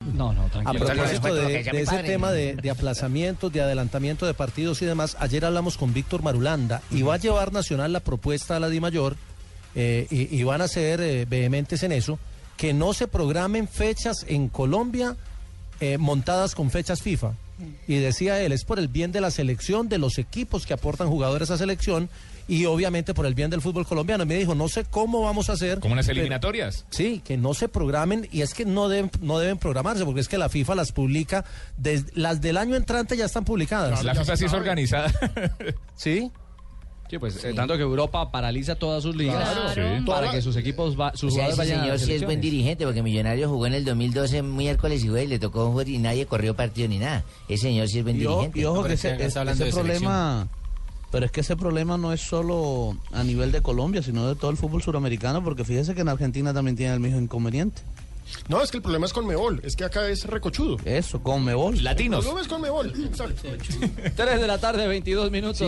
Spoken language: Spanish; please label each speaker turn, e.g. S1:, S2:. S1: No, no,
S2: A
S1: tranquilo.
S2: propósito
S3: Lo que
S2: de, de
S3: decía mi
S2: ese
S3: padre.
S2: tema de, de aplazamientos, de adelantamiento de partidos y demás, ayer hablamos con Víctor Marulanda y va a llevar Nacional la propuesta a la Di Mayor y, y van a ser eh, vehementes en eso, que no se programen fechas en Colombia eh, montadas con fechas FIFA. Y decía él, es por el bien de la selección, de los equipos que aportan jugadores a selección y obviamente por el bien del fútbol colombiano. Y me dijo, no sé cómo vamos a hacer.
S4: Como unas
S2: pero-
S4: eliminatorias.
S2: Sí, que no se programen y es que no deben, no deben programarse porque es que la FIFA las publica, des- las del año entrante ya están publicadas.
S4: La FIFA sí es organizada.
S2: Sí,
S1: Sí, pues eh, tanto que Europa paraliza todas sus ligas
S5: Claro. Sí.
S1: para que sus equipos, va- sus
S3: O sea,
S1: jugadores
S3: ese
S1: vayan a
S3: señor
S1: las
S3: sí es buen
S1: selecciones.
S3: dirigente, porque Millonario jugó en el 2012 miércoles y jueves, le tocó jugar y nadie corrió partido ni nada. Ese señor sí es buen
S6: Y, o-
S3: dirigente.
S6: y ojo
S7: No,
S6: que
S7: pero
S6: ese,
S7: está
S6: ese-
S7: hablando
S6: ese
S7: de selección.
S6: problema, pero es que ese problema no es solo a nivel de Colombia, sino de todo el fútbol suramericano, porque fíjese que en Argentina también tiene el mismo inconveniente.
S8: No, es que el problema es con Mebol, es que acá es recochudo.
S6: Eso, con Mebol.
S8: El
S4: Latinos.
S8: problema es con Mebol, exacto.
S1: 3 de la tarde, 22 minutos.